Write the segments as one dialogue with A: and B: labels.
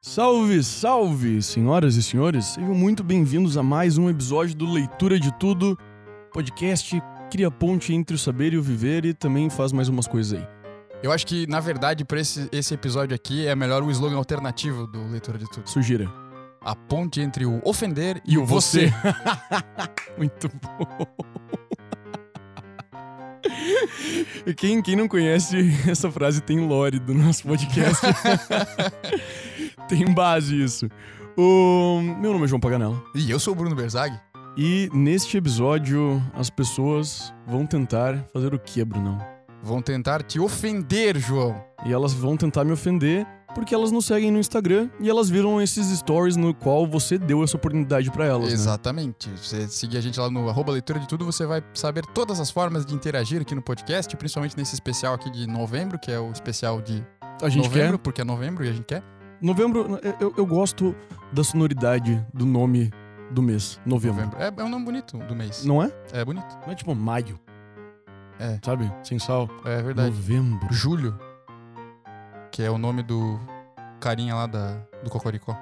A: Salve, salve, senhoras e senhores. Sejam muito bem-vindos a mais um episódio do Leitura de Tudo, podcast cria ponte entre o saber e o viver e também faz mais umas coisas aí.
B: Eu acho que, na verdade, pra esse, esse episódio aqui é melhor o slogan alternativo do Leitura de Tudo.
A: Sugira.
B: A ponte entre o ofender e, o você.
A: muito bom. E quem, quem não conhece essa frase tem lore do nosso podcast. tem base isso. O, meu nome é João Paganella.
B: E eu sou o Bruno Berzag.
A: E neste episódio, as pessoas vão tentar fazer o que, Brunão?
B: Vão tentar te ofender, João.
A: E elas vão tentar me ofender porque elas nos seguem no Instagram e elas viram esses stories no qual você deu essa oportunidade pra elas. né?
B: Exatamente. Você seguir a gente lá no arroba leitura de tudo, você vai saber todas as formas de interagir aqui no podcast, principalmente nesse especial aqui de novembro, que é o especial de
A: A gente
B: novembro, porque é novembro e a gente quer.
A: quer. Novembro, eu, eu gosto da sonoridade do nome do mês, novembro.
B: Novembro. É, é um nome bonito do mês.
A: Não é?
B: É bonito.
A: Não é tipo maio.
B: É.
A: Sabe? Sem sal.
B: É verdade.
A: Novembro.
B: Júlio, que é o nome do carinha lá da, do Cocoricó.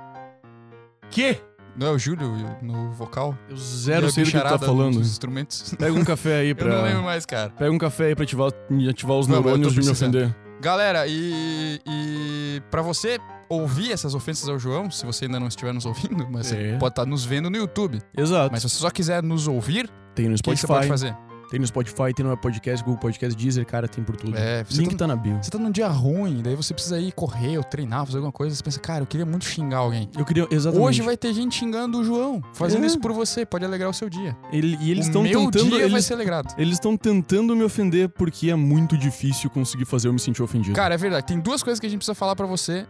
A: Que?
B: Não é o Júlio no vocal?
A: Eu zero
B: E a
A: sei do que tu tá
B: bicharada
A: falando.
B: Dos instrumentos.
A: Pega um café aí
B: Eu não lembro
A: pra.
B: mais, cara.
A: Pega um café aí pra ativar, ativar os
B: Não, mas eu tô
A: neurônios de me
B: precisando.
A: ofender.
B: Galera, e, e para você ouvir essas ofensas ao João, se você ainda não estiver nos ouvindo, mas
A: É.
B: você pode estar nos vendo no YouTube.
A: Exato.
B: Mas se você só quiser nos ouvir, o
A: tem no
B: que que
A: Spotify.
B: você pode fazer?
A: Tem no Spotify, tem no Podcast, Google Podcast, Deezer, cara, tem por tudo.
B: É, você
A: Link
B: tá,
A: tá na bio.
B: você tá num dia ruim, daí você precisa ir correr ou treinar, fazer alguma coisa, você pensa, cara, eu queria muito xingar alguém.
A: Eu queria. Exatamente.
B: Hoje vai ter gente xingando o João, fazendo
A: É.
B: isso por você, pode alegrar o seu dia.
A: Ele- e eles
B: o
A: estão
B: meu
A: tentando.
B: dia vai
A: Eles
B: ser alegrado.
A: eles estão tentando me ofender porque é muito difícil conseguir fazer eu me sentir ofendido.
B: Cara, é verdade, tem duas coisas que a gente precisa falar pra você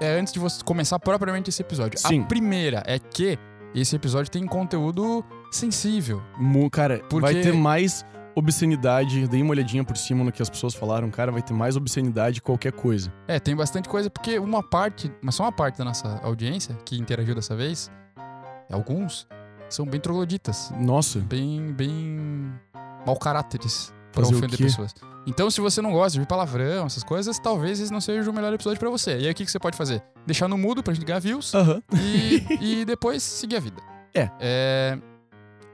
B: é, antes de você começar propriamente esse episódio.
A: Sim.
B: A primeira é que esse episódio tem conteúdo sensível.
A: Mu- cara, vai
B: Porque-
A: ter mais obscenidade. Dei uma olhadinha por cima no que as pessoas falaram. Cara, vai ter mais obscenidade que qualquer coisa.
B: É, tem bastante coisa, porque uma parte, mas só uma parte da nossa audiência que interagiu dessa vez, alguns, são bem trogloditas.
A: Nossa.
B: Bem, bem mau caráteres pra
A: Fazer o
B: ofender
A: quê?
B: pessoas. Então, se você não gosta de ouvir palavrão, essas coisas, talvez esse não seja o melhor episódio pra você. E aí, o que, que você pode fazer? Deixar no mudo pra gente ganhar views
A: Aham.
B: e, e depois seguir a vida.
A: É.
B: É,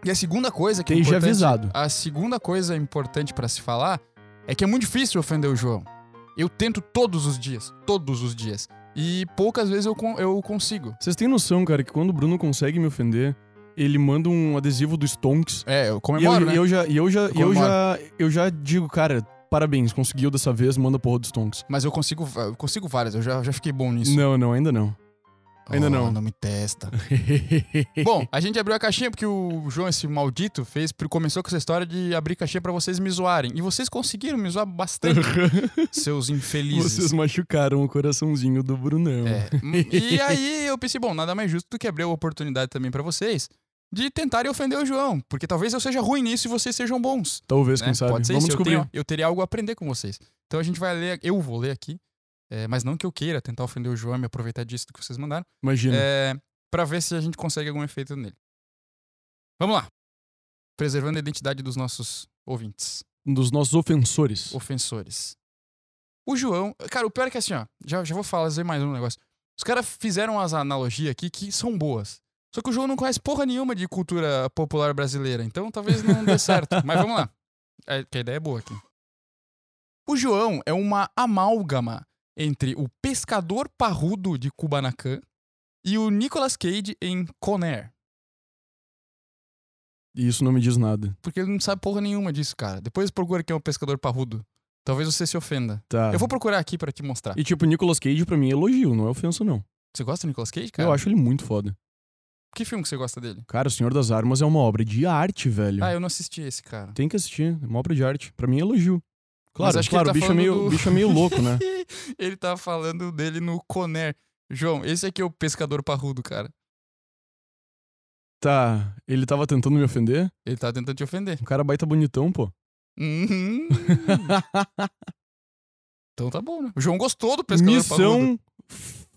B: E a segunda coisa que é
A: Tem já
B: importante-
A: avisado.
B: A segunda coisa importante pra se falar é que é muito difícil ofender o João. Eu tento todos os dias, todos os dias. E poucas vezes eu, con- eu consigo.
A: Vocês têm noção, cara, que quando o Bruno consegue me ofender, ele manda um adesivo do Stonks.
B: É, eu
A: E eu,
B: comemoro, né?
A: e eu já, e eu já, eu,
B: Eu
A: já, eu já digo, cara, parabéns, conseguiu dessa vez, manda porra do Stonks.
B: Mas eu consigo, eu consigo várias, eu já, já fiquei bom nisso.
A: Não, não, ainda não. ainda
B: Oh,
A: não.
B: Não me testa. bom, a gente abriu a caixinha porque o João, esse maldito, fez começou com essa história de abrir caixinha pra vocês me zoarem. E vocês conseguiram me zoar bastante, seus infelizes.
A: Vocês machucaram o coraçãozinho do Brunão.
B: É. e aí eu pensei, bom, nada mais justo do que abrir a oportunidade também pra vocês de tentarem ofender o João, porque talvez eu seja ruim nisso e vocês sejam bons.
A: Talvez,
B: né?
A: quem sabe.
B: Pode ser
A: Vamos
B: isso, eu
A: descobrir.
B: tenho- eu teria algo a aprender com vocês. Então a gente vai ler, eu vou ler aqui, é, mas não que eu queira tentar ofender o João e me aproveitar disso que vocês mandaram,
A: Imagina.
B: é, para ver se a gente consegue algum efeito nele. Vamos lá. Preservando a identidade dos nossos ouvintes
A: Um dos nossos ofensores.
B: ofensores. O João. Cara, o pior é que assim, ó. Já, já vou fazer mais um negócio. Os caras fizeram as analogias aqui que são boas. Só que o João não conhece porra nenhuma de cultura popular brasileira. Então talvez não dê certo. Mas vamos lá. É, que a ideia é boa aqui. O João é uma amálgama entre o pescador parrudo de Kubanacan e o Nicolas Cage em Conair.
A: E isso não me diz nada.
B: Porque ele não sabe porra nenhuma disso, cara. Depois procura quem é o pescador parrudo. Talvez você se ofenda.
A: Tá.
B: Eu vou procurar aqui pra te mostrar.
A: E tipo, Nicolas Cage pra mim é elogio, não é ofensa, não.
B: Você gosta do Nicolas Cage, cara?
A: Eu acho ele muito foda.
B: Que filme que você gosta dele?
A: Cara, O Senhor das Armas é uma obra de arte, velho.
B: Ah, eu não assisti esse, cara.
A: Tem que assistir, é uma obra de arte. Pra mim é elogio. Claro,
B: Mas acho que
A: claro,
B: ele
A: o
B: tá
A: bicho, é
B: falando
A: meio,
B: do-
A: o bicho é meio louco, né?
B: ele tá falando dele no Conair. João, esse aqui é o pescador parrudo, cara.
A: Tá, ele tava tentando me ofender?
B: Ele tá tentando te ofender.
A: Um cara baita bonitão, pô.
B: Uhum. então tá bom, né? O João gostou do pescador parrudo.
A: Missão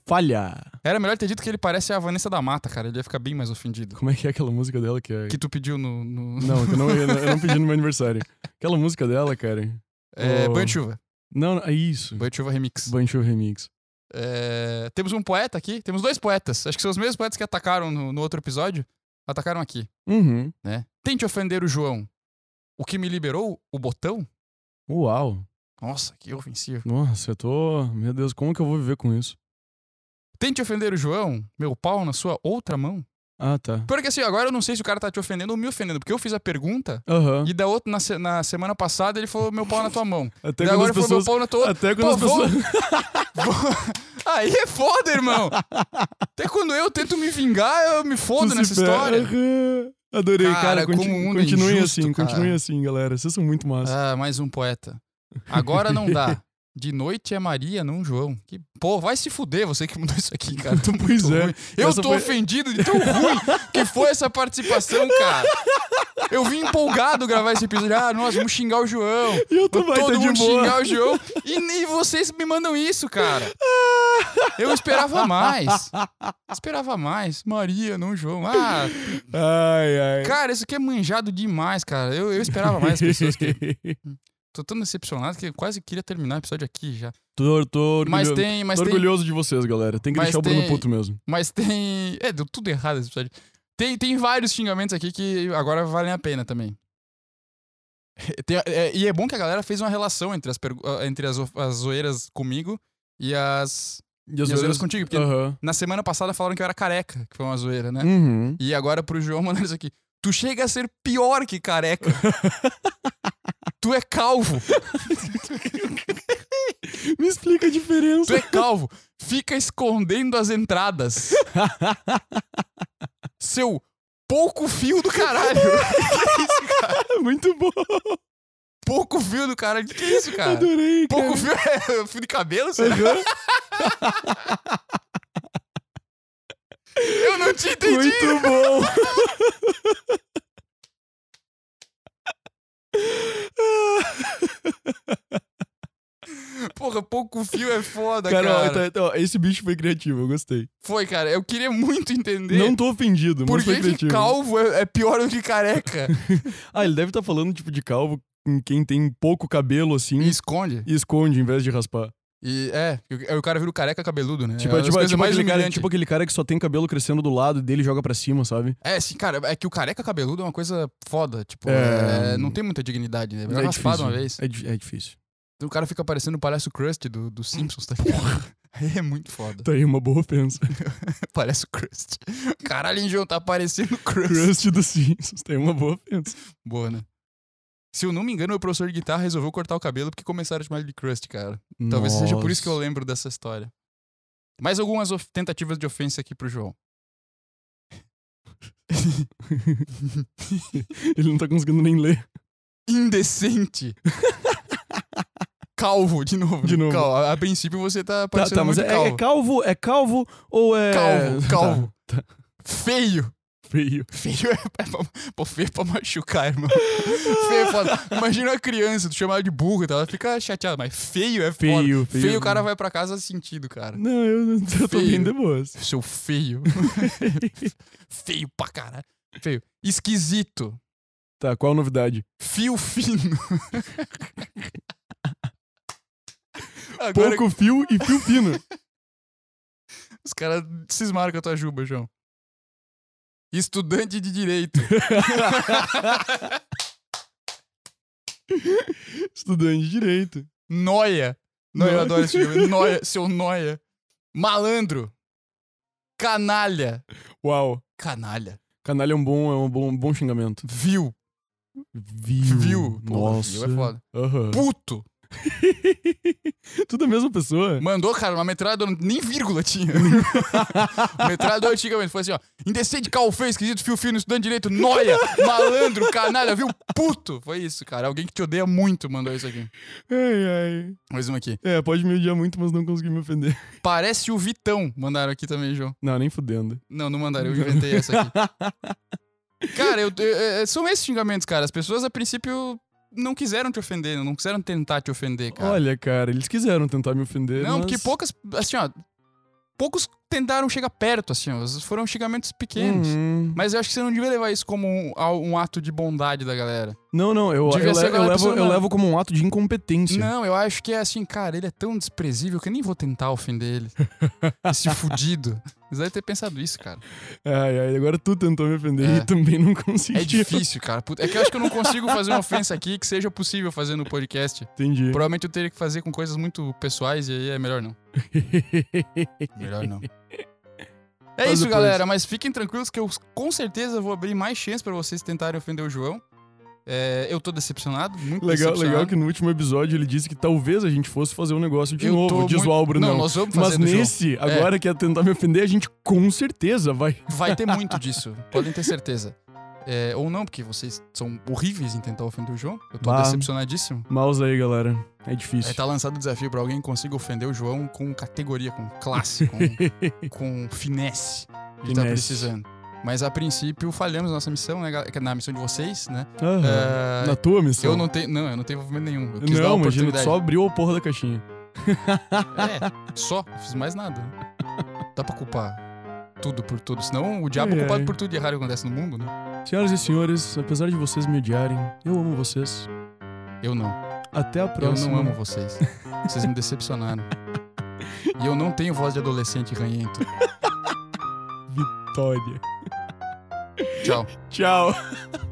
A: Falha!
B: Era melhor ter dito que ele parece a Vanessa da Mata, cara. Ele ia ficar bem mais ofendido.
A: Como é que é aquela música dela que é.
B: Que tu pediu no. no-
A: Não, que eu não, eu não- eu não pedi no meu aniversário. Aquela música dela, cara.
B: É,
A: Oh.
B: Banho de Chuva.
A: Não, não, é isso.
B: Banho de Chuva Remix.
A: Bancho Remix.
B: É, temos um poeta aqui. Temos dois poetas. Acho que são os mesmos poetas que atacaram no, no outro episódio. Atacaram aqui,
A: Uhum.
B: né? Tente ofender o João. O que me liberou? O botão?
A: Uau.
B: Nossa, que ofensivo.
A: Nossa, eu tô. Meu Deus, como que eu vou viver com isso?
B: Tente ofender o João? Meu pau na sua outra mão?
A: Ah, tá.
B: Pior que assim, agora eu não sei se o cara tá te ofendendo ou me ofendendo, porque eu fiz a pergunta
A: Aham.
B: e da outra, na, se- na semana passada, ele falou meu pau na tua mão.
A: Até
B: Daí
A: quando
B: agora
A: as
B: ele falou meu
A: pessoas.
B: pau na tua.
A: Até quando
B: Pô,
A: as
B: vou-
A: pessoas.
B: Aí é foda, irmão! Até quando eu tento me vingar, eu me fodo
A: Tu se
B: nessa
A: ferra.
B: história.
A: Aham. Adorei, cara.
B: Cara, como
A: conti-
B: o mundo é
A: continuem
B: injusto,
A: assim,
B: cara.
A: continuem assim, galera. Vocês são muito massa.
B: Ah, mais um poeta. Agora não dá. De noite é Maria, não João. Que, pô, vai se fuder você que mudou isso aqui, cara. Tô muito
A: Pois é.
B: ruim. Eu
A: Essa
B: tô
A: foi-
B: ofendido de tão ruim que foi essa participação, cara. Eu vim empolgado gravar esse episódio. Ah, nossa, vamos xingar o João.
A: E eu tô vai tá
B: Todo
A: de
B: mundo
A: boa.
B: xingar o João. E nem vocês me mandam isso, cara. Eu esperava mais. Esperava mais. Maria, não João. Ah,
A: Ai, ai.
B: cara, isso aqui é manjado demais, cara. Eu, eu esperava mais as pessoas que. Tô tão decepcionado que eu quase queria terminar o episódio aqui já.
A: tô, tô orgulhoso.
B: Mas tem, mas
A: tô
B: tem,
A: orgulhoso de vocês, galera. Tem que
B: Mas
A: deixar o Bruno
B: tem-
A: puto mesmo.
B: mas tem. É, deu tudo errado esse episódio. Tem, tem vários xingamentos aqui que agora valem a pena também. Tem a- é, e é bom que a galera fez uma relação entre as, pergu- ah, entre as, of- as zoeiras comigo e as,
A: E
B: e as zoeiras
A: vezes-
B: contigo. Porque
A: Aham.
B: na semana passada falaram que eu era careca, que foi uma zoeira, né?
A: Uhum.
B: E agora pro João mandar isso aqui. Tu chega a ser pior que careca. tu é calvo.
A: Me explica a
B: Tu
A: diferença.
B: é calvo. Fica escondendo as entradas. Seu pouco fio do caralho.
A: Muito bom.
B: Pouco fio do caralho. Que que é isso, cara?
A: Adorei, cara.
B: Pouco fio é fio de cabelo? será?
A: Aham.
B: Eu não tinha entendido.
A: Muito bom.
B: Porra, pouco fio é foda, cara.
A: Cara, ó, então- então, ó, esse bicho foi criativo, eu gostei.
B: Foi, cara. Eu queria muito entender
A: Não tô ofendido,
B: por
A: mas foi
B: que, que
A: criativo.
B: calvo é, é pior do que careca.
A: Ah, ele deve estar falando tipo de calvo com quem tem pouco cabelo assim
B: Me
A: e,
B: esconde.
A: esconde em vez de raspar.
B: E é, e o cara vira o careca cabeludo, né?
A: Tipo, é,
B: é uma das
A: tipo,
B: coisas
A: tipo
B: mais
A: aquele cara,
B: humilhantes.
A: tipo aquele cara que só tem cabelo crescendo do lado e dele joga pra cima, sabe?
B: É, sim, cara, é que o careca cabeludo é uma coisa foda, tipo,
A: É.
B: é, não tem muita dignidade, né? É
A: é
B: raspado
A: difícil.
B: uma vez.
A: É, di- é difícil.
B: Então O cara fica parecendo o palhaço Krusty do, do Simpsons, tá ligado? Aí é muito foda.
A: Tá aí uma boa ofensa.
B: Parece o Krusty. Caralho, hein, João, tá parecendo o Krusty.
A: Crust dos Simpsons, tem uma boa ofensa.
B: Boa, né? Se eu não me engano, meu professor de guitarra resolveu cortar o cabelo porque começaram a chamar ele de Krusty, cara. Talvez seja por isso que eu
A: Nossa.
B: lembro dessa história. Mais algumas of- tentativas de ofensa aqui pro João.
A: Ele não tá conseguindo nem ler.
B: Indecente. calvo, de novo.
A: De
B: né?
A: novo.
B: Calvo. A, a princípio você
A: Tá,
B: tá parecendo
A: tá, mas
B: muito
A: é é
B: calvo.
A: calvo. é calvo ou é.
B: Calvo,
A: Tá,
B: calvo.
A: Tá,
B: Feio.
A: feio.
B: Feio é, é pra, pô, feio é pra machucar, irmão. feio é foda. Imagina uma criança, tu chama ela de burro e tal, ela fica chateada, mas feio é foda.
A: Feio, feio.
B: Feio o cara vai pra casa sentido, cara.
A: Não, eu, não- eu tô
B: Feio.
A: bem de boas.
B: Seu feio. feio pra caralho. Feio. Esquisito.
A: Tá, qual a novidade?
B: Fio fino. Agora é
A: Pouco fio e fio fino.
B: os caras cismaram com a tua juba, João. Estudante de direito.
A: Estudante de direito.
B: Noia. Noia, eu
A: Noia.
B: adoro esse filme. Noia, seu noia. Malandro. Canalha.
A: Uau.
B: Canalha.
A: Canalha é um bom, é um bom, um bom xingamento.
B: Viu.
A: Viu.
B: Viu. Porra,
A: Nossa.
B: Viu é foda.
A: Aham.
B: Puto.
A: Tudo a mesma pessoa?
B: Mandou, cara, uma metralhadora. Nem vírgula tinha. metralhadora antigamente. Foi assim, ó. Indecente, cal feio, esquisito, fio fino, estudante de direito, noia, malandro, canalha, viu? Puto. Foi isso, cara. Alguém que te odeia muito mandou isso aqui.
A: Ai, ai.
B: Mais um aqui.
A: É, pode me odiar muito, mas não consegui me ofender.
B: Parece o Vitão. Mandaram aqui também, João.
A: Não, nem fudendo.
B: Não, não mandaram, eu inventei essa aqui. cara, eu, eu- é, são esses xingamentos, cara. As pessoas, a princípio, não quiseram te ofender, não quiseram tentar te ofender, cara.
A: Olha, cara, eles quiseram tentar me ofender.
B: não, porque
A: mas-
B: poucas. Assim, ó. poucos tentaram chegar perto, assim, ó, foram xingamentos pequenos.
A: Uhum.
B: Mas eu acho que você não devia levar isso como um, ao- um ato de bondade da galera.
A: Não, não, eu, eu,
B: Devia ser
A: le-
B: aquela
A: eu levo,
B: pessoa
A: eu
B: na-
A: levo como um ato de incompetência.
B: Não, eu acho que é assim, cara, ele é tão desprezível que eu nem vou tentar ofender ele. Esse fudido. Vocês devem ter pensado isso, cara.
A: Ai, ai, agora tu tentou me ofender
B: É.
A: e também não
B: É
A: conseguiu.
B: difícil, cara. Puta, É que eu acho que eu não consigo fazer uma ofensa aqui que seja possível fazer no podcast.
A: Entendi.
B: Provavelmente eu teria que fazer com coisas muito pessoais e aí é melhor não. Melhor não. É
A: Mas
B: isso,
A: depois-
B: galera. Mas fiquem tranquilos que eu com certeza vou abrir mais chance pra vocês tentarem ofender o João. É, eu tô decepcionado, muito
A: Legal,
B: decepcionado.
A: legal que no último episódio ele disse que talvez a gente fosse fazer um negócio de
B: Eu
A: novo,
B: tô
A: diz o
B: muito-
A: Álvaro, não.
B: nós vamos fazer
A: Mas
B: do João.
A: nesse, agora que é tentar me ofender, a gente com certeza vai.
B: Vai ter muito disso, podem ter certeza. É, ou não, porque vocês são horríveis em tentar ofender o João. Eu tô
A: Bah.
B: decepcionadíssimo.
A: Maus aí, galera. É
B: É,
A: difícil.
B: tá lançado o desafio pra alguém que consiga ofender o João com categoria, com classe, com, com finesse. Ele tá
A: Finesse.
B: precisando. Mas a princípio falhamos nossa missão, né, gal- na missão de vocês, né?
A: Aham.
B: É,
A: Uhum. Ah, Na tua missão.
B: eu não tenho, não, eu não tenho envolvimento nenhum. Eu quis dar a
A: Não, imagina, tu
B: oportunidade.
A: só abriu a porra da caixinha.
B: É, só, não fiz mais nada. Dá pra culpar tudo por tudo, senão o diabo é
A: Ai,
B: culpado
A: ai.
B: por tudo de errado que acontece no mundo, né?
A: Senhoras e senhores, apesar de vocês me odiarem, eu amo vocês.
B: Eu não.
A: Até a próxima.
B: Eu não amo vocês. Vocês me decepcionaram. E eu não tenho voz de adolescente ranhento.
A: Vitória.
B: Tchau.
A: Tchau.